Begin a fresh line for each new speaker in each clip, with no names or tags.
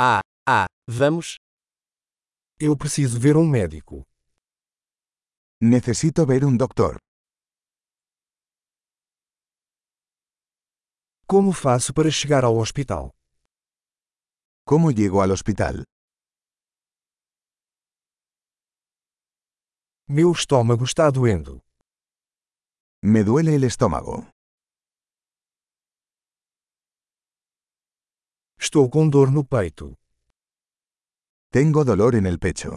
Ah, ah, vamos.
Eu preciso ver um médico.
Necesito ver un doctor.
Como faço para chegar ao hospital?
¿Cómo llego al hospital?
Meu estômago está doendo.
Me duele el estómago.
Estou com dor no peito.
Tengo dolor en el pecho.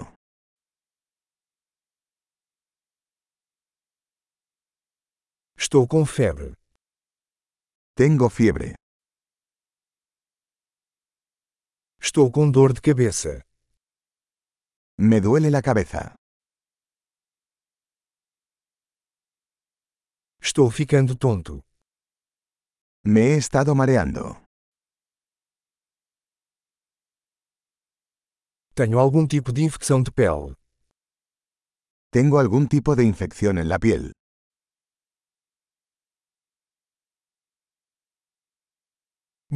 Estou com febre.
Tengo fiebre.
Estou com dor de cabeça.
Me duele la cabeza.
Estou ficando tonto.
Me he estado mareando.
Tenho algum tipo de infecção de pele.
Tengo algún tipo de infección en la piel.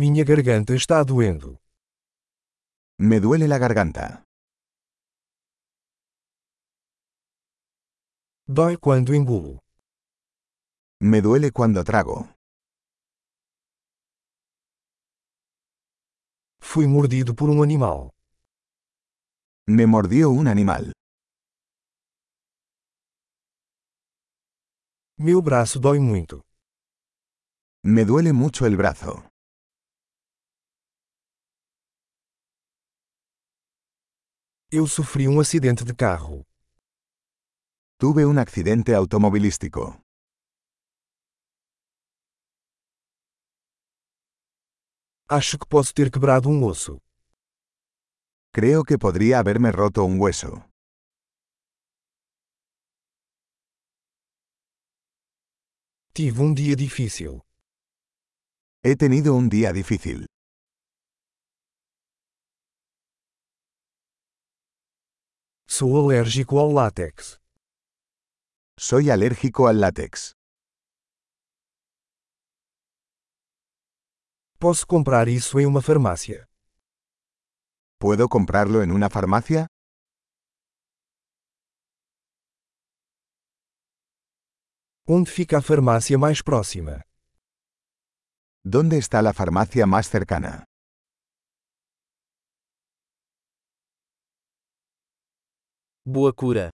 Minha garganta está doendo.
Me duele la garganta.
Dói quando engulo.
Me duele cuando trago.
Fui mordido por um animal.
Me mordió un animal.
Meu braço dói muito.
Me duele mucho el brazo.
Eu sofri um acidente de carro.
Tuve un accidente automovilístico.
Acho que posso ter quebrado um osso.
Creo que podría haberme roto un hueso.
Tive um dia difícil.
He tenido un día difícil.
Sou alérgico ao látex.
Soy alérgico al látex.
Posso comprar isso em uma farmácia.
¿Puedo comprarlo en una farmacia?
Onde fica a farmácia mais próxima?
¿Dónde está la farmacia más cercana?
Boa cura.